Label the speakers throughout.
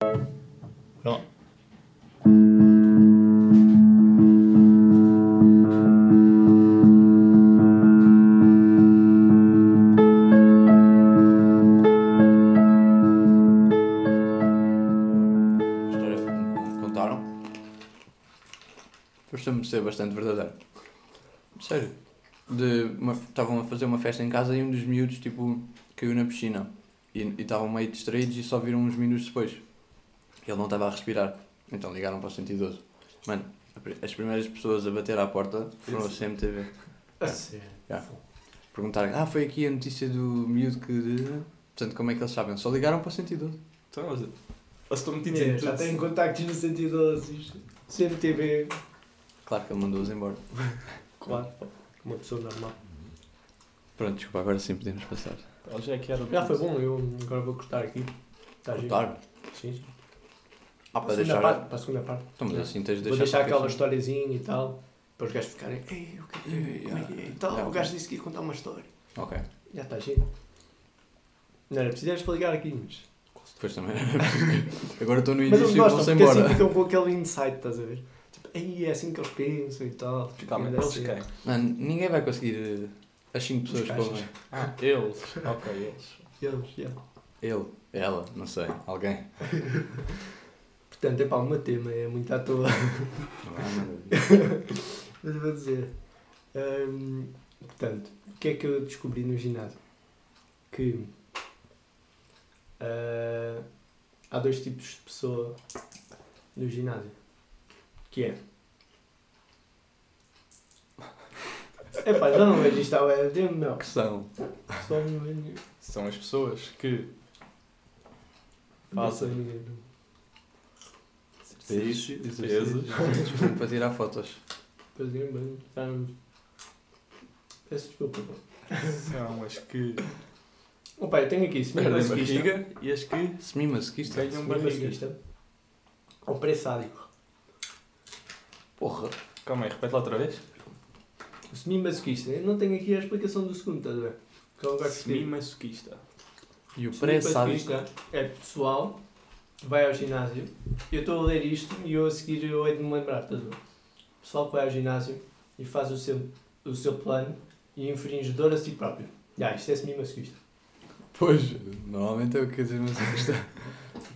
Speaker 1: Vai lá.
Speaker 2: A história que me contaram pareceu-me ser bastante verdadeiro. Sério. De uma- Estavam a fazer uma festa em casa e um dos miúdos, tipo, caiu na piscina. E e estavam meio distraídos e só viram uns minutos depois. Ele não estava a respirar. Então ligaram para o 112. Mano, a pri- as primeiras pessoas a bater à porta foram a CMTV. É.
Speaker 3: A sério.
Speaker 2: Perguntaram, ah, foi aqui a notícia do miúdo que... Portanto, como é que eles sabem? Só ligaram para o 112.
Speaker 4: Então, mas eles estão metidos em
Speaker 3: É,
Speaker 4: tudo. assim.
Speaker 3: já têm contactos no 112, CMTV,
Speaker 2: Claro que ele mandou-os embora.
Speaker 3: claro.
Speaker 4: Uma pessoa normal.
Speaker 2: Pronto, desculpa, agora sim podemos passar.
Speaker 4: Ela já é que era.
Speaker 3: Já foi bom, eu agora vou cortar aqui. Está giro.
Speaker 2: Cortar?
Speaker 3: Sim, sim.
Speaker 2: Ah,
Speaker 3: Para
Speaker 2: para
Speaker 3: a segunda
Speaker 2: deixar.
Speaker 3: parte. Para a segunda parte.
Speaker 2: Então, mas assim tens de
Speaker 3: Vou
Speaker 2: deixar.
Speaker 3: deixar
Speaker 2: qualquer
Speaker 3: aquela
Speaker 2: coisa.
Speaker 3: historiazinha e tal, para os gajos ficarem. Ei, o que
Speaker 2: Ei,
Speaker 3: como é que é?
Speaker 2: ah,
Speaker 3: E tal,
Speaker 2: ah,
Speaker 3: o gajo disse que ia contar uma história.
Speaker 2: Ok.
Speaker 3: Já está giro. Não era preciso eras para ligar aqui, mas.
Speaker 2: Depois também. Agora estou no
Speaker 3: Mas eles
Speaker 2: início e
Speaker 3: gostam,
Speaker 2: vão-se
Speaker 3: porque assim
Speaker 2: embora.
Speaker 3: ficam com aquele insight, estás a ver? Tipo, ei, é assim que eles pensam e tal. tipo,
Speaker 4: Calma,
Speaker 3: ainda
Speaker 4: eles
Speaker 3: assim.
Speaker 4: quem?
Speaker 2: Mano, ninguém vai conseguir. eh, As 5 pessoas que
Speaker 3: gajos.
Speaker 2: ouvem.
Speaker 4: Ah, eles. Ok, eles.
Speaker 3: Eles, yeah.
Speaker 2: Ele, ela, não sei. Alguém.
Speaker 3: Portanto, é pá, o meu tema é muito à
Speaker 2: Não
Speaker 3: toa.
Speaker 2: é, mano?
Speaker 3: Mas eu vou dizer. hum, portanto, o que é que eu descobri no ginásio? Que ah, há dois tipos de pessoa no ginásio. Que é. Epá, já não vejo isto é, há bué de tempo, meu.
Speaker 2: Que são.
Speaker 3: Só um menino.
Speaker 4: São as pessoas que. Faça.
Speaker 3: Só um menino.
Speaker 4: Exercícios,
Speaker 2: Exercícios. Para tirar fotos.
Speaker 3: Fazer um banho. estar no- Peço desculpa.
Speaker 4: São as que
Speaker 3: Opa, eu tenho aqui. se me
Speaker 4: perdem
Speaker 3: conseguiste-
Speaker 4: barriga e as que
Speaker 2: Semi-masoquista.
Speaker 4: ganham barriga.
Speaker 3: Barriguista.
Speaker 4: É um
Speaker 3: Ao preço sádico.
Speaker 2: Porra.
Speaker 4: Calma aí, repete lá outra vez.
Speaker 3: O semi-masoquista. Eu não tenho aqui a explicação do segundo, estás a ver? Que é um lugar que se diz.
Speaker 4: Semi-masoquista.
Speaker 2: E o pré-sádico.
Speaker 3: Semi-masoquista é pessoal, vai ao ginásio. Eu estou a ler isto e eu a seguir eu hei de me lembrar, estás a ver? Pessoal que vai ao ginásio e faz o seu, o seu plano e infringe dor a si próprio. Já, isto é semi-masoquista.
Speaker 2: Pois, normalmente é o que dizer masoquista.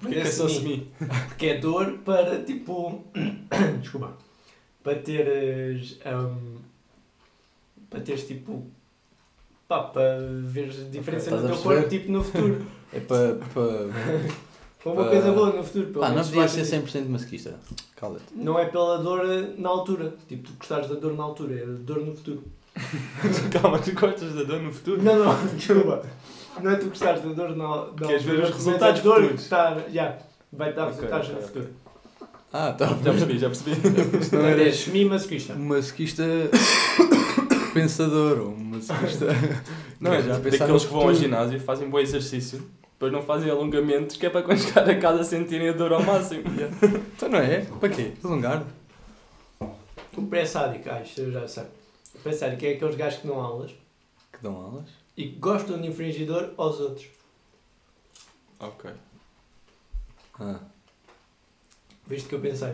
Speaker 4: Porque é só semi.
Speaker 3: Porque é dor para, tipo... Desculpa. Para teres... hum, para teres, tipo... Pá, para veres diferença
Speaker 2: Estás
Speaker 3: no
Speaker 2: a
Speaker 3: teu corpo,
Speaker 2: perceber?
Speaker 3: tipo, no futuro.
Speaker 2: É para. para...
Speaker 3: Para uma
Speaker 2: Pá.
Speaker 3: coisa boa no futuro. pelo
Speaker 2: Pá, não
Speaker 3: menos
Speaker 2: podias ser
Speaker 3: dias-
Speaker 2: 100% masoquista. Cala-te.
Speaker 3: Não é pela dor eh, na altura. Tipo, tu gostares da dor na altura. É da dor no futuro.
Speaker 4: Calma, tu gostas da dor no futuro?
Speaker 3: Não, não, desculpa. Não é tu gostares da dor na, na altura.
Speaker 4: Queres ver os
Speaker 3: mas é
Speaker 4: resultados
Speaker 3: a dor
Speaker 4: futuros?
Speaker 3: que está... Já, vai dar
Speaker 4: Ok,
Speaker 3: resultados
Speaker 4: ok,
Speaker 3: no
Speaker 4: ok.
Speaker 3: futuro.
Speaker 2: Ah, tá.
Speaker 4: Já percebi, já percebi.
Speaker 2: Não é
Speaker 3: Portanto,
Speaker 2: era
Speaker 3: és semi-masoquista.
Speaker 2: um masoquista pensador, ou um masoquista.
Speaker 4: Não é já?
Speaker 2: Pensar
Speaker 4: Daqueles
Speaker 2: no
Speaker 4: que vão ao
Speaker 2: futuro.
Speaker 4: ginásio, fazem bom exercício, depois não fazem alongamentos, que é para quando chegar a casa sentirem a dor ao máximo.
Speaker 2: Então não é? Para quê? Alongar?
Speaker 3: O pré-sádico, ah, isto eu já sei. O pré-sádico é aqueles gajos que não há aulas
Speaker 2: Que dão aulas?
Speaker 3: e que gostam de infringidor aos outros.
Speaker 4: Ok.
Speaker 2: Ah.
Speaker 3: Visto que eu pensei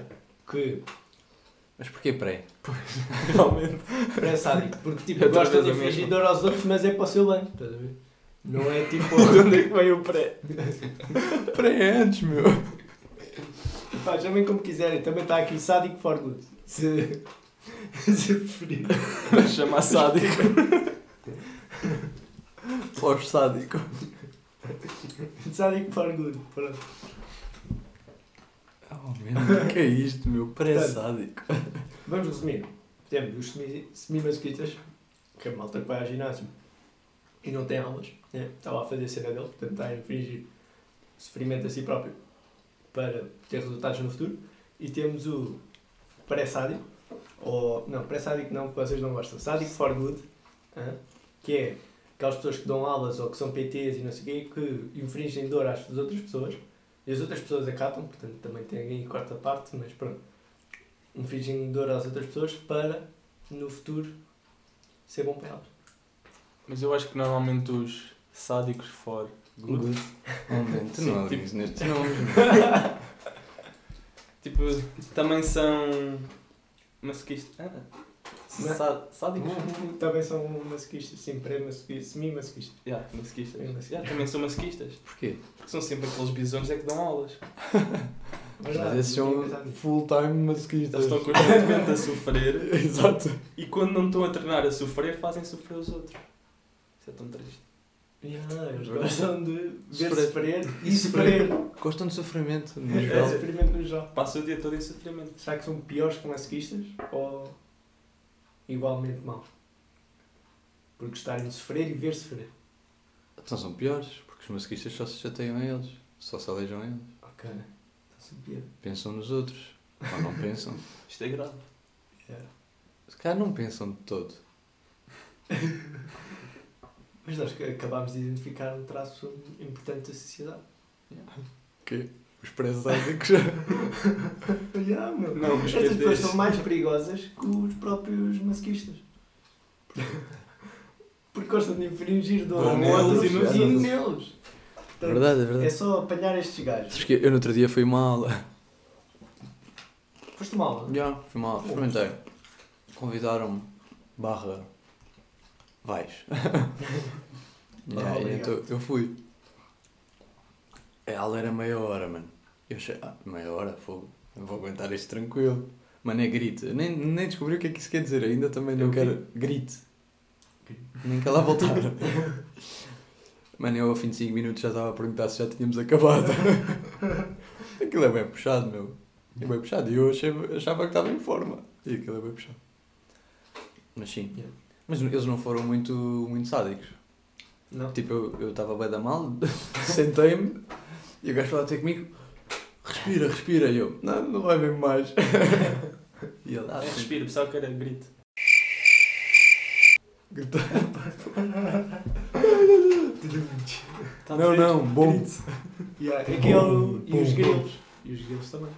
Speaker 3: que
Speaker 2: Mas porquê pré?
Speaker 4: Realmente.
Speaker 3: pré-sádico, porque tipo,
Speaker 4: Eu tô a
Speaker 3: gosta de
Speaker 4: ver o mesmo.
Speaker 3: infringidor aos outros, mas é para o seu bem, estás a ver? Não é tipo.
Speaker 4: De onde é que vem o pré?
Speaker 2: Pré é antes, meu.
Speaker 3: Pá, chamem como quiserem, também está aqui sádico for good. Se. Se preferir.
Speaker 4: Chama sádico.
Speaker 2: Pós-sádico.
Speaker 3: Sádico for good, pronto.
Speaker 2: Oh, meu. Que é isto, meu? Pré-sádico.
Speaker 3: Vamos resumir. Temos os semi- semi-masoquistas, que é a malta que vai ao ginásio e não tem aulas, né? está lá a fazer a cena dele, portanto está a infringir sofrimento a si próprio para ter resultados no futuro. E temos o pré-sádico, ou não, pré-sádico não, porque vocês não gostam, sádico for good, hã? que é aquelas pessoas que dão aulas ou que são PTs e não sei o quê, que infringem dor às das outras pessoas e as outras pessoas acatam, portanto também tem aí quarta parte, mas pronto infligem dor às outras pessoas para, no futuro, ser bom para elas.
Speaker 4: Mas eu acho que normalmente os sádicos for good.
Speaker 3: um
Speaker 2: Good. Oh, man. Tu
Speaker 4: Sim,
Speaker 2: não
Speaker 4: tipo-
Speaker 2: ouvis nestes nomes, meu.
Speaker 4: Tipo, também são masoquistas. Ah,
Speaker 2: é?
Speaker 4: sa- sádicos?
Speaker 2: Hum.
Speaker 3: Também um são masoquistas, sim, pré-masoquistas, semi-masoquistas.
Speaker 4: Yeah, masoquistas.
Speaker 3: Masoquistas.
Speaker 4: Yeah, também são masoquistas.
Speaker 2: Porquê?
Speaker 4: Porque são sempre aqueles bisões é que dão aulas.
Speaker 2: Mas esses são
Speaker 3: Verdade.
Speaker 2: full-time
Speaker 4: Eles
Speaker 2: masoquistas.
Speaker 4: estão constantemente a sofrer
Speaker 2: Exato.
Speaker 4: e quando não estão a treinar a sofrer, fazem sofrer os outros. Isso é tão triste.
Speaker 3: Yeah, eles gostam de ver
Speaker 4: Sofrer.
Speaker 3: sofrer e sofrer.
Speaker 2: Gostam de sofrimento, no
Speaker 3: É
Speaker 2: geral.
Speaker 3: sofrimento no geral.
Speaker 4: Passa o dia todo em sofrimento.
Speaker 3: Será que são piores que masoquistas ou igualmente maus? Por gostarem de sofrer e ver sofrer.
Speaker 2: Então são piores, porque os masoquistas só se chateiam a eles, só se aleijam a eles.
Speaker 3: Ok. Então são piores.
Speaker 2: Pensam nos outros, ou não pensam.
Speaker 4: Isto é grave.
Speaker 3: Yeah.
Speaker 2: Se calhar não pensam de todo.
Speaker 3: Mas nós que acabámos de identificar um traço importante da sociedade.
Speaker 2: Os É presásicos. já.
Speaker 3: Yeah, meu.
Speaker 4: Não, mas
Speaker 3: Estas
Speaker 4: quer dizer-
Speaker 3: pessoas são mais perigosas que os próprios masoquistas. Porque gostam de infringir do
Speaker 2: Dor
Speaker 3: amor
Speaker 2: neles
Speaker 3: neles
Speaker 2: e
Speaker 3: e
Speaker 2: nos outros.
Speaker 3: neles. Portanto,
Speaker 2: verdade, é
Speaker 3: É
Speaker 2: verdade.
Speaker 3: só apanhar estes gajos.
Speaker 2: Sabes que eu no outro dia fui mal.
Speaker 3: Foste mal.
Speaker 2: Já, fui mal, experimentei. Convidaram-me. Barra. Vais. Já,
Speaker 3: Barra,
Speaker 2: e
Speaker 3: obrigado.
Speaker 2: então eu fui. A aula era meia hora, mano. Eu achei, ah, meia hora, fogo. Eu vou aguentar isto tranquilo. Mano, é grite. Eu Nem, nem descobri o que é que isso quer dizer. Ainda também não
Speaker 4: É o quê?
Speaker 2: quero. Grite. Nem que ela voltar. Mano, eu ao fim de 5 minutos já estava a perguntar se já tínhamos acabado. aquilo é bem puxado, meu. É bem puxado. E eu achei, achava que estava em forma. E aquilo é bem puxado. Mas sim.
Speaker 3: Yeah.
Speaker 2: Mas eles não foram muito, muito sádicos.
Speaker 3: Não.
Speaker 2: Tipo, eu- eu estava bem da mal, sentei-me e o gajo falou até comigo: respira, respira. E eu: não, não vai mesmo mais. e ele:
Speaker 4: Ah,
Speaker 2: ah,
Speaker 4: é
Speaker 2: sim.
Speaker 4: respiro, pessoal que era grito.
Speaker 2: Gritou.
Speaker 4: Tá a
Speaker 2: Não,
Speaker 4: ver?
Speaker 2: não, bom.
Speaker 3: Yeah, aquele e os grilos. E os grilos também.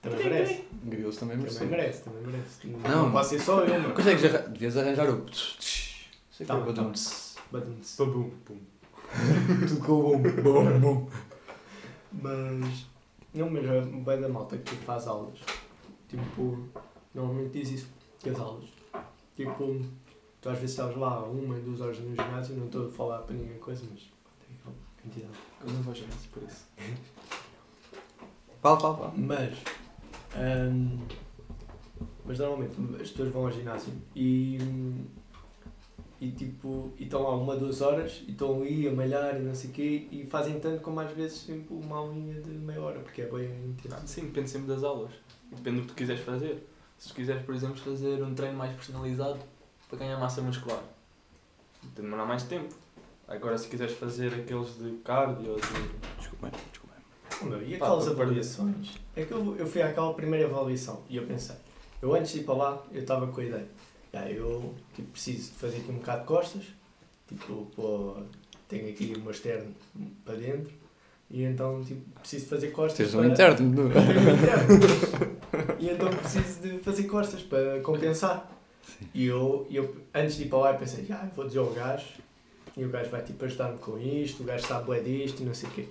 Speaker 3: Também merece.
Speaker 2: Grilos também
Speaker 3: Também
Speaker 2: merecem.
Speaker 3: merece, também merece.
Speaker 2: Não. é,
Speaker 3: Não pode ser só eu, mano.
Speaker 2: Consegues arranjar. Devias arranjar o. Sei que
Speaker 3: Tá
Speaker 2: eu
Speaker 3: bem,
Speaker 2: vou
Speaker 3: tá
Speaker 2: dar um
Speaker 3: bem. Badum-se.
Speaker 4: Babum, pum.
Speaker 2: Tudo com o bom. Bom, bom.
Speaker 3: Mas. Não, mas é bem da malta que faz aulas. Tipo, normalmente diz isso, que as aulas. Tipo, tu às vezes estavas lá uma, duas horas no ginásio, não estou a falar para ninguém coisa, mas. Quantidade.
Speaker 4: Eu não vou jogar isso por isso.
Speaker 2: Fala, fala, fala.
Speaker 3: Mas. hum, mas normalmente as pessoas vão ao ginásio e. hum, E tipo. E estão lá uma, duas horas e estão ali a malhar e não sei o quê e fazem tanto como às vezes tipo, uma aulinha de meia hora, porque é bem intenso.
Speaker 4: Sim, depende sempre das aulas. E Depende do que tu quiseres fazer. Se tu quiseres, por exemplo, fazer um treino mais personalizado para ganhar massa muscular, demorar mais tempo. Agora, se quiseres fazer aqueles de cardio ou de.
Speaker 2: Desculpa, desculpa.
Speaker 3: Oh, meu, e
Speaker 4: Pá,
Speaker 3: aquelas
Speaker 4: tô perdido.
Speaker 3: avaliações? É que eu, eu fui àquela primeira avaliação e eu pensei, eu antes de ir para lá, eu estava com a ideia, "Ah, eu tipo, preciso de fazer aqui um bocado de costas, tipo, pô, tenho aqui o meu externo para dentro, e então tipo, preciso de fazer costas.
Speaker 2: Tens um
Speaker 3: para-
Speaker 2: interno. não? é?
Speaker 3: Eu tenho um interno. e então preciso de fazer costas para compensar. E eu, eu, antes de ir para lá, eu pensei, ah, eu vou dizer ao gajo, e o gajo vai tipo ajudar-me com isto, o gajo sabe bué disto e não sei o quê.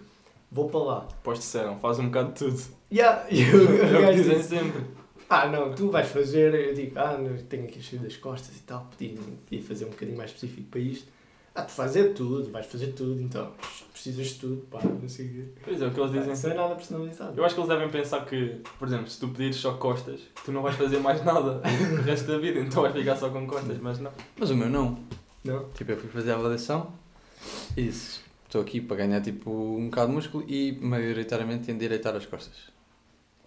Speaker 3: Vou para lá.
Speaker 4: Pois disseram, faz um bocado de tudo.
Speaker 3: Yeah. E
Speaker 4: É
Speaker 3: o
Speaker 4: o que
Speaker 3: gajo
Speaker 4: dizem
Speaker 3: diz,
Speaker 4: sempre.
Speaker 3: ah não, tu vais fazer, eu digo, ah, não, tenho aqui cheio das costas e tal, podia, podia fazer um bocadinho mais específico para isto. Ah, tu fazer tudo, vais fazer tudo, então precisas de tudo, pá, não sei o quê.
Speaker 4: Pois é, o que eles
Speaker 3: Pá,
Speaker 4: dizem
Speaker 3: Isso não é nada personalizado.
Speaker 4: Eu acho que eles devem pensar que, por exemplo, se tu pedires só costas, tu não vais fazer mais nada o resto da vida, então vais ficar só com costas, mas não.
Speaker 2: Mas o meu não.
Speaker 3: Não?
Speaker 2: Tipo, eu fui fazer a avaliação e disse: estou aqui para ganhar tipo um bocado de músculo e maioritariamente endireitar as costas.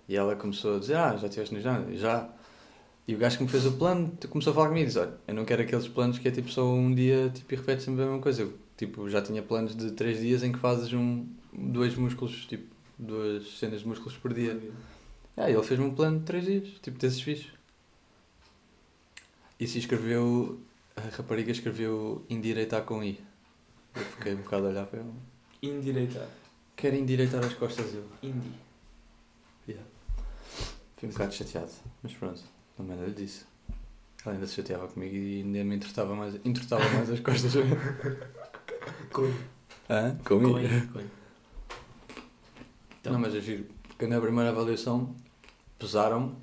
Speaker 2: E ela começou a dizer: Ah, já estiveste no ginásio? Já. E o gajo que me fez o plano t- começou a falar comigo e disse: Olha, eu não quero aqueles planos que é tipo só um dia tipo, e repete sempre a mesma coisa. Eu, tipo, já tinha planos de três dias em que fazes um, dois músculos, tipo, duas cenas de músculos por dia. Ah, ele fez-me um plano de 3 dias, tipo desses fixos. E se escreveu, a rapariga escreveu endireitar com I. Eu fiquei um bocado a olhar para ele.
Speaker 4: Indireitar.
Speaker 2: Quero endireitar as costas eu.
Speaker 4: Indi.
Speaker 2: Fui um bocado chateado, mas pronto, não me lhe disse. Ela ainda se chateava comigo e ainda me entretava mais, entretava mais as costas.
Speaker 3: Com
Speaker 2: Hã? Com, I?
Speaker 3: Coin, Então, coin.
Speaker 2: Não, mas é giro, porque na primeira avaliação pesaram-me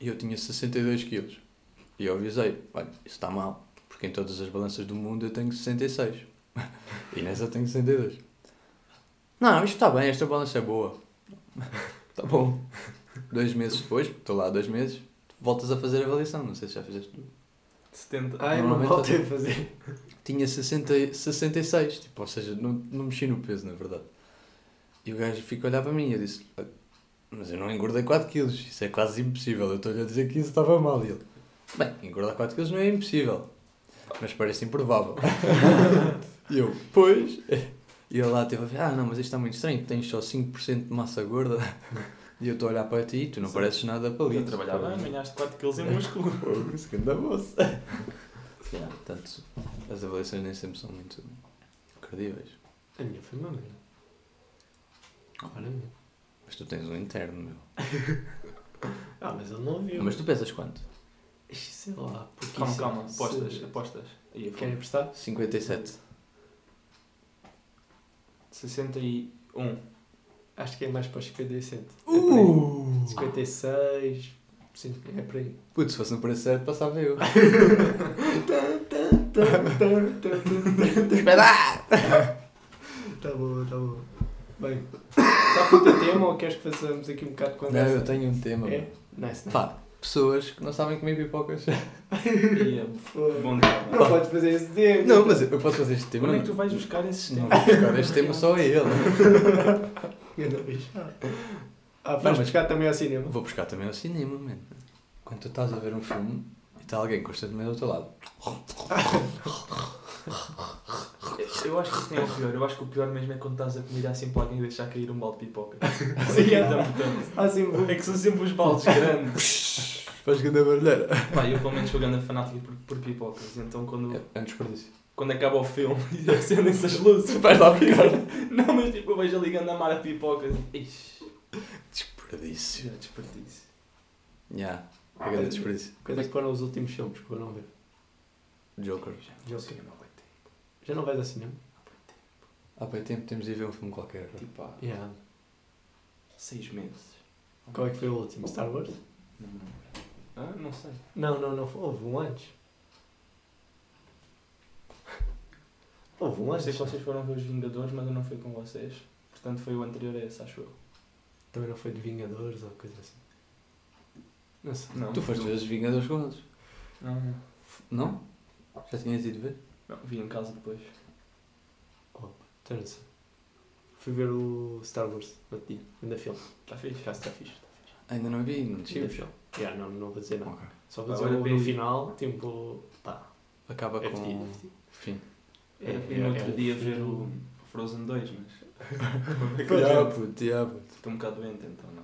Speaker 2: e eu tinha 62 quilos. E eu avisei, olha, isso está mal, porque em todas as balanças do mundo eu tenho 66. E nessa eu tenho 62. Não, isto está bem, esta balança é boa. Está bom. Dois meses depois, estou lá dois meses, voltas a fazer a avaliação, não sei se já fizeste tu.
Speaker 4: 70.
Speaker 3: Ai, não
Speaker 2: Normalmente
Speaker 3: voltei
Speaker 2: eu-
Speaker 3: é a fazer.
Speaker 2: Tinha 60, 66, tipo, ou seja, não, não mexi no peso, na verdade. E o gajo fica a olhar para mim e eu disse, "Ah, mas eu não engordei 4 quilos, isso é quase impossível, eu estou-lhe a dizer que isso estava mal. E ele, bem, engordar 4 quilos não é impossível, mas parece improvável. e eu, pois. E ele lá teve a ver, ah não, mas isto está muito estranho, tens só 5% de massa gorda. E eu estou a olhar para ti e tu não
Speaker 4: Sim.
Speaker 2: pareces nada para
Speaker 4: Eu trabalhava, ganhaste 4kg em músculo.
Speaker 2: Fogo, segunda moça. Yeah, portanto, as avaliações nem sempre são muito credíveis.
Speaker 3: A minha foi uma merda. Olha, meu.
Speaker 2: Mas tu tens um interno, meu.
Speaker 3: Ah, mas ele não viu.
Speaker 2: Mas tu pesas quanto?
Speaker 3: Ixi, Sei lá, porque
Speaker 4: Calma,
Speaker 3: isso- é
Speaker 4: calma,
Speaker 3: se-
Speaker 4: apostas, apostas. Aí eu
Speaker 3: Querem
Speaker 4: falo.
Speaker 3: apostar?
Speaker 2: 57.
Speaker 4: 61.
Speaker 3: Acho que é mais para os 50
Speaker 2: Uh!
Speaker 3: 56, sim, é por aí.
Speaker 2: Putz, se fosse no preço certo, passava eu.
Speaker 3: Tá bom, tá bom. Bem, está muito tema ou queres que façamos aqui um bocado de
Speaker 2: Não, eu
Speaker 3: conversa?
Speaker 2: tenho um tema,
Speaker 3: É?
Speaker 2: mano.
Speaker 3: Nice, nice.
Speaker 2: Pá, pessoas que não sabem comer pipocas.
Speaker 4: E é
Speaker 3: Foi.
Speaker 4: bom dia.
Speaker 3: Não podes fazer esse tema. então
Speaker 2: Não, mas eu posso fazer este tema.
Speaker 4: Quando é que tu vais buscar esses
Speaker 2: Não,
Speaker 4: temas?
Speaker 2: agora este tema só é ele.
Speaker 3: Eu não fiz. Ah,
Speaker 2: Não,
Speaker 3: vais
Speaker 2: mas-
Speaker 3: buscar também ao cinema?
Speaker 2: Vou buscar também ao cinema, mano. Quando tu estás a ver um filme e está alguém constantemente ao teu lado.
Speaker 4: Eu acho que isso nem é o pior. Eu acho que o pior mesmo é quando estás a comer assim para alguém e deixar cair um balde de pipoca.
Speaker 3: Sim, é.
Speaker 4: Irrita-me tanto.
Speaker 3: Ah, sim, vou.
Speaker 4: É que são sempre os baldes grandes.
Speaker 2: Faz grande barulheira.
Speaker 4: Pá, eu pelo menos sou grande fanático por, por pipocas. Então quando,
Speaker 2: É um desperdício.
Speaker 4: quando acaba o filme e acendem-se as luzes.
Speaker 2: Vais lá buscar.
Speaker 4: Não, mas tipo, eu vejo ali ligando a mar a pipocas. Ixi,
Speaker 2: Desperdício.
Speaker 4: já desperdício.
Speaker 2: Yeah, é grande desperdício.
Speaker 3: Quando é que foram os últimos filmes que foram ver?
Speaker 2: Joker.
Speaker 3: Já,
Speaker 4: Sim, eu não aguentei.
Speaker 3: já não vais ao cinema?
Speaker 2: Há bem tempo temos de ir ver um filme qualquer.
Speaker 4: Tipo, há
Speaker 3: Yeah.
Speaker 4: seis meses.
Speaker 3: É. Qual é que foi o último? Star Wars?
Speaker 4: Não, me lembro. ah, não sei.
Speaker 3: Não, não, não. Houve um antes. Houve um
Speaker 4: Eu sei
Speaker 3: antes.
Speaker 4: que vocês foram ver os Vingadores, mas eu não fui com vocês. Portanto, foi o anterior a esse, acho eu.
Speaker 3: Também não foi de Vingadores ou coisa assim. Não sei.
Speaker 4: Não,
Speaker 2: Tu foste ver Ah, é. os Vingadores com eles?
Speaker 4: Não, não.
Speaker 2: Não? Já tinhas ido ver?
Speaker 4: Não, vi em casa depois.
Speaker 3: Então não sei. Fui ver o Star Wars no outro dia. Ainda filme.
Speaker 4: Está Tá fixe?
Speaker 3: Já está fixe.
Speaker 2: Ainda não vi, não
Speaker 3: Ainda
Speaker 2: tive.
Speaker 3: filme. Yeah, não, não vou dizer nada.
Speaker 2: Ok.
Speaker 3: Só vou
Speaker 4: Ah,
Speaker 3: dizer
Speaker 4: olha,
Speaker 3: o-
Speaker 4: bem-
Speaker 3: no final, tipo, pá,
Speaker 2: Acaba
Speaker 3: é
Speaker 2: com.
Speaker 3: fedido.
Speaker 2: Fim.
Speaker 4: Era para ir no outro
Speaker 3: é-
Speaker 4: dia ver o Frozen 2, mas
Speaker 3: É
Speaker 2: é Diabo, diabo.
Speaker 4: estou um bocado doente, então não.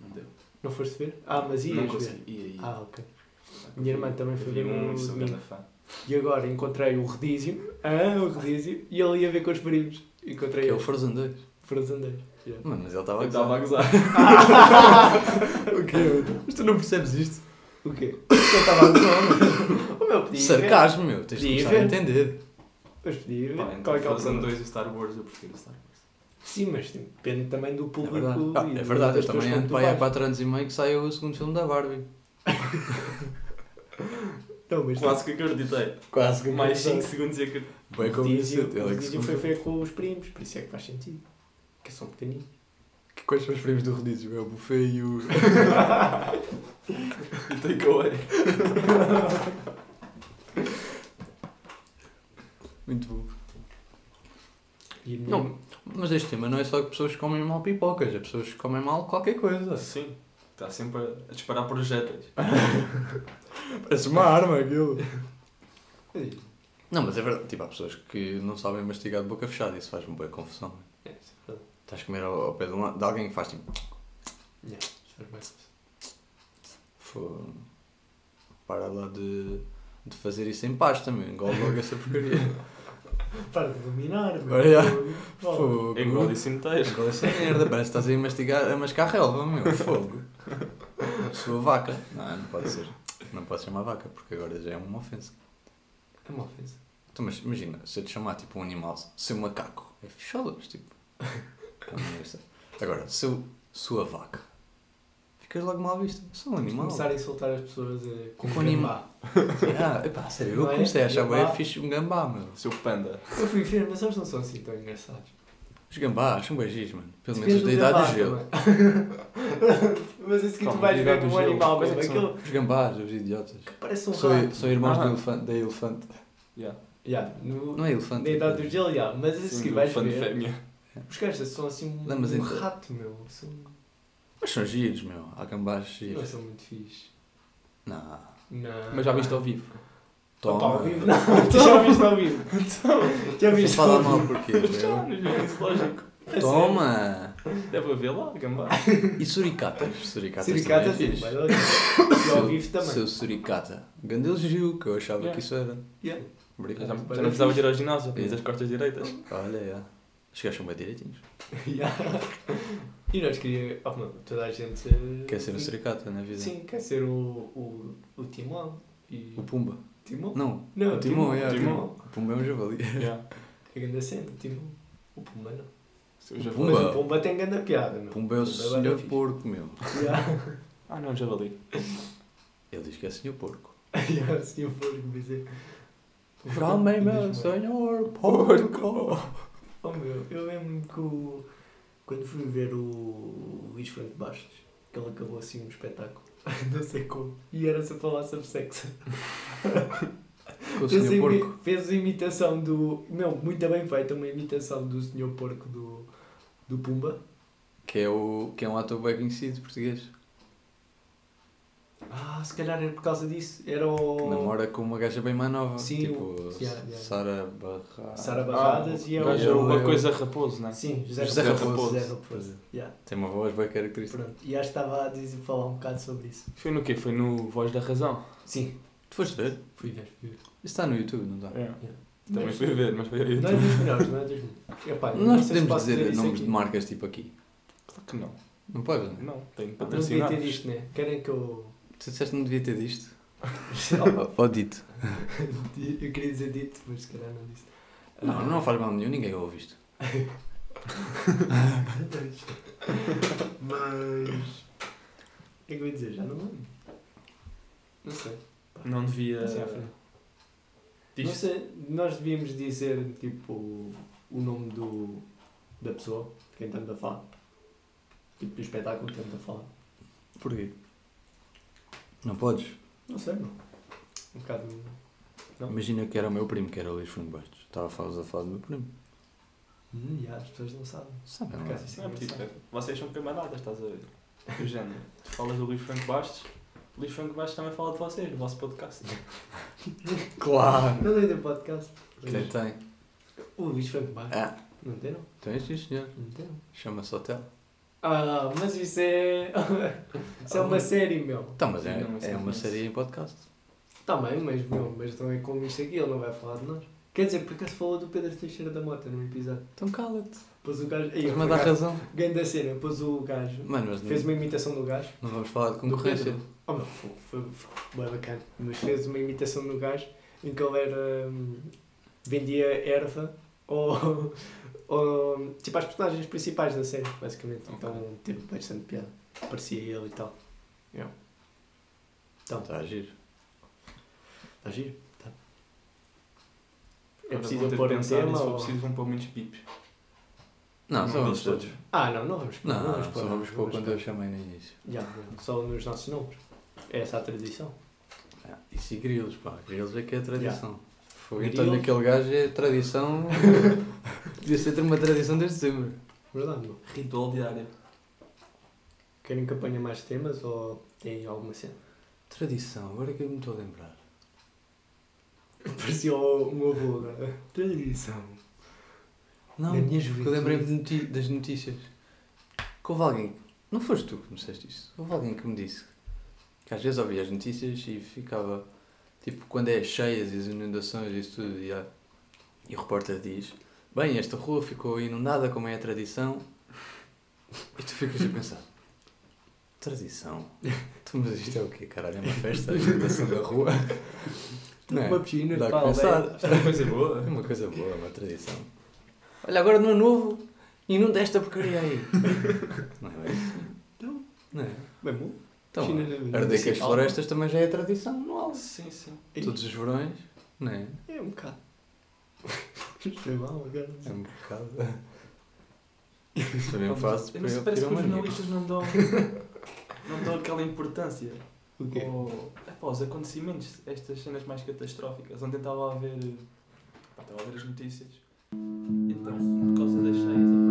Speaker 4: Não deu.
Speaker 3: Não foste ver? Ah, mas
Speaker 4: não
Speaker 3: ias ver.
Speaker 4: consegui. Ia, ia.
Speaker 3: Ah, ok.
Speaker 4: Só que
Speaker 3: minha
Speaker 4: eu
Speaker 3: irmã
Speaker 4: vi-
Speaker 3: também
Speaker 4: eu
Speaker 3: foi
Speaker 4: vi
Speaker 3: ver
Speaker 4: um
Speaker 3: um
Speaker 4: e sou
Speaker 3: domingo.
Speaker 4: grande
Speaker 2: Tá
Speaker 4: fã.
Speaker 3: E agora encontrei o Redízio. Ah, o Redízio. E ele ia ver com os primos. Encontrei
Speaker 2: Que é o
Speaker 3: ele.
Speaker 2: Frozen 2.
Speaker 3: Frozendeiro.
Speaker 2: Mano, mas ele estava
Speaker 4: Eu
Speaker 2: a
Speaker 4: estava a
Speaker 2: gozar.
Speaker 4: gozar.
Speaker 2: O quê? Mas tu não percebes isto?
Speaker 3: O quê? Eu estava a gozar. O meu podia ir ver.
Speaker 2: Sarcasmo, meu. Tens de
Speaker 3: Podia ir
Speaker 2: começar a
Speaker 3: ver.
Speaker 2: entender.
Speaker 3: Mas podia ir ver.
Speaker 4: Pá,
Speaker 3: Qual
Speaker 4: então
Speaker 3: é que é o
Speaker 4: Frozen
Speaker 3: problema?
Speaker 4: 2 e Star Wars, eu prefiro Star Wars.
Speaker 3: Sim, mas tipo, depende também do
Speaker 2: É
Speaker 3: público.
Speaker 2: verdade. Ah,
Speaker 3: e
Speaker 2: é verdade, eu
Speaker 3: das pessoas
Speaker 2: também
Speaker 3: com
Speaker 2: ando
Speaker 3: que tu
Speaker 2: para aí há
Speaker 3: vais.
Speaker 2: 4 anos e meio que saiu o segundo filme da Barbie.
Speaker 3: Não, mas
Speaker 4: Quase
Speaker 2: é
Speaker 4: que acreditei.
Speaker 2: Quase
Speaker 4: Mais 5 segundos e
Speaker 2: é
Speaker 4: acreditei.
Speaker 2: Bem
Speaker 3: o Redízio,
Speaker 2: convencido. Ele
Speaker 3: o
Speaker 2: é que
Speaker 3: Redízio
Speaker 2: se-
Speaker 3: foi ver com os primos, por isso é que faz sentido. Que é um são pequeninos.
Speaker 2: Que- Quais são os primos do rodízio? É o buffet e o.
Speaker 4: E takeaway.
Speaker 2: Muito bom.
Speaker 3: E a minha
Speaker 2: Não, Mas este tema não é só pessoas que comem mal pipocas, é pessoas que comem mal qualquer coisa.
Speaker 4: Sim. Está Tá sempre a disparar projéteis.
Speaker 2: Parece uma arma aquilo.
Speaker 3: Ei,
Speaker 2: Não, mas é verdade, tipo, há pessoas que não sabem mastigar de boca fechada, isso faz-me boa confusão.
Speaker 3: É, isso é verdade.
Speaker 2: Estás a comer ao, ao pé de, um lado- de alguém que faz tipo.
Speaker 3: Yeah, isso é verdade.
Speaker 2: "Fô, Para lá de, de fazer isso em paz também, engole logo essa porcaria.
Speaker 3: Para de dominar, meu.
Speaker 2: Olha.
Speaker 3: Oh,
Speaker 2: Fogo.
Speaker 4: Engole isso inteiro.
Speaker 2: Engole essa merda, parece que estás aí a mastigar, a mascar relva, meu. Fogo. Sua vaca. Não, não pode ser. Não pode ser uma vaca, porque agora já é uma ofensa.
Speaker 3: É uma ofensa.
Speaker 2: Então, mas imagina, se eu te chamar tipo um animal, se um macaco, é fecholas, tipo. É uma merda. Agora, se eu, sua vaca, ficas logo mal visto. Sou um animal.
Speaker 3: Começar a insultar as pessoas eh, com
Speaker 2: Com
Speaker 3: gambá.
Speaker 2: Ah, epá, sério, eu
Speaker 3: Não é?
Speaker 2: comecei a achar
Speaker 3: Gambá.
Speaker 2: bem fixe um gambá, meu.
Speaker 4: Seu panda.
Speaker 3: Eu fui ver, mas eles não são assim tão engraçados.
Speaker 2: Os gambás são beijos, mano. Pelo menos
Speaker 3: Depende
Speaker 2: os da
Speaker 3: do
Speaker 2: idade
Speaker 3: um gambá
Speaker 2: do gelo.
Speaker 3: também. mas esse que tu
Speaker 4: Calma,
Speaker 3: vais ver
Speaker 4: idade
Speaker 3: com
Speaker 4: do
Speaker 3: um
Speaker 4: gelo,
Speaker 3: animal
Speaker 4: coisa
Speaker 3: mesmo.
Speaker 4: que são-
Speaker 3: Aquilo
Speaker 2: Os gambás, os idiotas.
Speaker 3: parece um
Speaker 2: São,
Speaker 3: rato.
Speaker 2: são irmãos
Speaker 4: Ah.
Speaker 2: do elefante, da elefante.
Speaker 4: Yeah.
Speaker 3: Yeah, no,
Speaker 2: Não é elefante.
Speaker 3: na idade do gelo, yeah, mas esse que
Speaker 4: Sim,
Speaker 3: vais
Speaker 4: fã de
Speaker 3: ver.
Speaker 4: fêmea.
Speaker 3: Os caras são assim um,
Speaker 2: Não, mas
Speaker 3: um
Speaker 2: então-
Speaker 3: rato, meu. São,
Speaker 2: Mas são giros, meu. Há gambás
Speaker 3: não
Speaker 2: giros.
Speaker 3: são muito fixe.
Speaker 2: Não.
Speaker 3: Não.
Speaker 4: Mas já viste ao vivo.
Speaker 3: Opa, ao
Speaker 2: Toma.
Speaker 3: vivo não. Tu já viste ao vivo. Já
Speaker 2: Não
Speaker 3: viste
Speaker 2: fala
Speaker 3: ao vivo.
Speaker 2: mal porquê, meu.
Speaker 4: Isso lógico.
Speaker 3: É
Speaker 2: Toma!
Speaker 4: Deve haver lá, gambá.
Speaker 2: E suricatas? Suricatas,
Speaker 3: Siricata
Speaker 2: também é
Speaker 3: sim,
Speaker 2: fixe.
Speaker 3: vai lá. E ao vivo também.
Speaker 2: Seu suricata. Grande elogio, que eu achava
Speaker 4: Yeah.
Speaker 2: que isso era.
Speaker 4: Já,
Speaker 3: Yeah.
Speaker 4: já
Speaker 2: Obrigado.
Speaker 4: não precisava de ir ao ginásio, já tinhas as costas direitas.
Speaker 2: Olha, yeah. os gajos são bem direitinhos.
Speaker 3: Yeah. E nós queríamos. Oh, mano, toda a gente.
Speaker 2: Quer ser um suricata na vida.
Speaker 3: Sim, quer ser o, o, o Timão. E...
Speaker 2: O Pumba.
Speaker 3: Timão?
Speaker 2: Não,
Speaker 3: Não,
Speaker 2: o Timão, é.
Speaker 4: Timão.
Speaker 2: O Pumba é um javali.
Speaker 4: Yeah.
Speaker 3: Que grande cena, Timão. O Pumba não.
Speaker 4: Seu é javali.
Speaker 2: Pumba.
Speaker 3: Mas o Pumba tem grande piada,
Speaker 2: O
Speaker 3: não?
Speaker 2: Pumba é o
Speaker 3: Pumba é bem
Speaker 2: senhor
Speaker 3: fixe.
Speaker 2: porco, meu.
Speaker 3: Yeah.
Speaker 4: Ah não, javali.
Speaker 2: Ele diz que é senhor porco.
Speaker 3: yeah, se eu for dizer.
Speaker 2: Chamem meu
Speaker 3: Diz-me.
Speaker 2: senhor porco.
Speaker 3: Oh meu, eu lembro-me que o- quando fui ver o Luís Franco Bastos, que ele acabou assim um espetáculo, não sei como, e era-se a falar sobre sexo.
Speaker 2: Com o
Speaker 3: Fez, a
Speaker 2: senhor
Speaker 3: imi-
Speaker 2: porco.
Speaker 3: fez a imitação do. Meu, muito bem feita, uma imitação do Senhor Porco do, do Pumba.
Speaker 2: Que é, o, que é um ator bem conhecido português.
Speaker 3: Ah, se calhar era por causa disso. Era o.
Speaker 2: Que namora com uma gaja bem mais nova.
Speaker 3: Sim,
Speaker 2: Tipo,
Speaker 3: sim, yeah, yeah.
Speaker 2: Sara Barra. Ah, um
Speaker 3: Sara Barradas e é
Speaker 2: gajo
Speaker 4: Gajo é
Speaker 3: o.
Speaker 4: uma
Speaker 2: eu-
Speaker 4: coisa raposo, não é?
Speaker 3: Ah, Sim, José,
Speaker 2: José é.
Speaker 4: Raposo.
Speaker 3: José Raposo. Yeah,
Speaker 2: Tem uma voz bem característica.
Speaker 3: pronto. E acho que estava a dizer, falar um bocado sobre isso.
Speaker 4: Foi no quê? Foi no Voz da Razão.
Speaker 3: Sim,
Speaker 2: Tu foste ver?
Speaker 3: fui ver, fui ver.
Speaker 2: Isso está no YouTube, não está?
Speaker 4: É. Também fui ver, mas foi aí.
Speaker 3: É. Não é dos melhores, não é dos melhores. Epá, eu não
Speaker 2: Nós
Speaker 3: sei se
Speaker 2: podemos
Speaker 3: posso
Speaker 2: dizer
Speaker 3: isso
Speaker 2: nomes
Speaker 3: aqui.
Speaker 2: de marcas tipo aqui.
Speaker 4: Claro que não.
Speaker 2: Não podes, não é?
Speaker 4: Não, tem que
Speaker 3: Não devia
Speaker 4: patrocinar.
Speaker 3: ter isto, né? Querem que eu.
Speaker 2: Tu disseste que não devia ter disto. Ou- Ou dito.
Speaker 3: Eu queria dizer dito, mas se calhar não disse.
Speaker 2: Não, não faz mal nenhum, ninguém ouve isto.
Speaker 3: Mas. O que é que eu ia dizer? Já não me lembro. Não sei.
Speaker 4: Não devia.
Speaker 3: Não sei, à frente. Não
Speaker 4: Diz-
Speaker 3: sei, nós devíamos dizer, tipo, o nome do, da pessoa, de quem estamos a falar. Tipo, do espetáculo que estamos a falar.
Speaker 2: Porquê? Não podes?
Speaker 3: Não sei, não. Um bocado. Não.
Speaker 2: Imagina que era o meu primo, que era o Luís Franco Bastos. Estava a falar, a falar do meu primo.
Speaker 3: Hum, já, as pessoas não sabem.
Speaker 2: Sabe,
Speaker 3: Por
Speaker 2: não é?
Speaker 3: acaso, isso é
Speaker 4: Não é preciso
Speaker 3: engraçado.
Speaker 4: ver. Vocês são camaradas, estás a ver? Do género. Tu falas do Luís Franco Bastos, o Luís Franco Bastos também fala de vocês, no vosso podcast.
Speaker 2: Claro!
Speaker 3: Não tem podcast.
Speaker 2: Quem tem?
Speaker 3: O Luís Franco Bastos.
Speaker 2: Ah,
Speaker 3: Não tem, não?
Speaker 2: tens isto, senhor.
Speaker 3: Não tem, não.
Speaker 2: Chama-se Hotel.
Speaker 3: Ah, mas isso é. isso é uma série, meu.
Speaker 2: Então, mas é,
Speaker 4: Não, mas
Speaker 2: é
Speaker 4: não
Speaker 2: uma
Speaker 4: conheço.
Speaker 2: série em podcast.
Speaker 3: Tá bem, mas, meu, mas também como isto aqui, ele não vai falar de nós. Quer dizer, porque se falou do Pedro Teixeira da Mota num episódio.
Speaker 2: Então cala-te.
Speaker 3: Pôs o gajo. Ei,
Speaker 2: Mas dá razão.
Speaker 3: Ganho da cena, pôs o gajo.
Speaker 2: Mano, mas
Speaker 3: Fez
Speaker 2: não,
Speaker 3: uma imitação do gajo.
Speaker 2: não vamos falar de
Speaker 3: Do
Speaker 2: concorrência.
Speaker 3: Pedro. Oh, meu, foi, foi, foi bem bacana. Mas fez uma imitação do gajo em que ele era. hum, vendia erva ou. ou tipo, às personagens principais da série, basicamente. Então teve bastante piada. Parecia ele e tal.
Speaker 2: Então, está a agir.
Speaker 3: Está giro? Tá. É
Speaker 4: Agora
Speaker 3: preciso
Speaker 4: vão ter de
Speaker 3: pôr um
Speaker 4: pensar
Speaker 3: tema
Speaker 4: nisso,
Speaker 3: ou...
Speaker 4: ou preciso vão pôr muitos pips.
Speaker 2: Não,
Speaker 4: Um
Speaker 2: só vamos
Speaker 4: deles
Speaker 2: todos.
Speaker 3: Ah, não, não vamos pôr.
Speaker 2: Não,
Speaker 3: vamos
Speaker 2: só vamos pôr quando eu
Speaker 3: pôr.
Speaker 2: chamei no início.
Speaker 3: Já, já, só nos nossos nomes. É essa a tradição.
Speaker 2: Ah, Isso e grilos, pá. Grilos é que é a tradição. Fogo,
Speaker 3: Grilos.
Speaker 2: Então naquele gajo é tradição. Devia ser uma tradição desde sempre.
Speaker 3: Verdade, não.
Speaker 4: Ritual diário.
Speaker 3: Querem que apanhe mais temas ou tem alguma cena?
Speaker 2: Tradição, agora é que eu me estou a lembrar.
Speaker 3: Parecia o meu avô agora. Tradição.
Speaker 2: Não,
Speaker 3: Da minha
Speaker 2: porque eu
Speaker 3: juventude.
Speaker 2: lembrei-me de noti- das notícias. Que houve alguém. Não foste tu que me disseste isso. Houve alguém que me disse que às vezes ouvia as notícias e ficava. Tipo, quando é as cheias e as inundações e isso tudo, e, há- e o repórter diz: Bem, esta rua ficou inundada como é a tradição. E tu ficas a pensar: Tradição? Tu, mas isto é o quê, caralho? É uma festa? A inundação da rua? Não é?
Speaker 3: Uma piscina,
Speaker 2: Dá a
Speaker 3: pá,
Speaker 2: pensar.
Speaker 4: Isto é uma coisa boa.
Speaker 2: É uma coisa boa, uma tradição.
Speaker 4: Então,
Speaker 2: Olha, agora não é novo, inunda esta porcaria aí. não é bem assim. Não é?
Speaker 3: Bem bom.
Speaker 2: Então,
Speaker 3: China deve- deve
Speaker 2: arder
Speaker 3: ser
Speaker 2: com as
Speaker 3: calma.
Speaker 2: florestas também já é tradição no Alves.
Speaker 4: Sim, sim.
Speaker 3: Ei,
Speaker 2: Todos os verões, não é?
Speaker 3: É um bocado. Isto é mal, agora.
Speaker 2: É um bocado. Também faço
Speaker 4: Eu
Speaker 2: para
Speaker 4: não sei,
Speaker 2: eu tirar
Speaker 4: parece que os
Speaker 2: uma mania.
Speaker 4: jornalistas não dão, não dão aquela importância
Speaker 3: O quê?
Speaker 4: ao- epá, aos acontecimentos, estas cenas mais catastróficas. Ontem estava a ver, eh, pá, estava a ver as notícias. Então, por causa das cheias,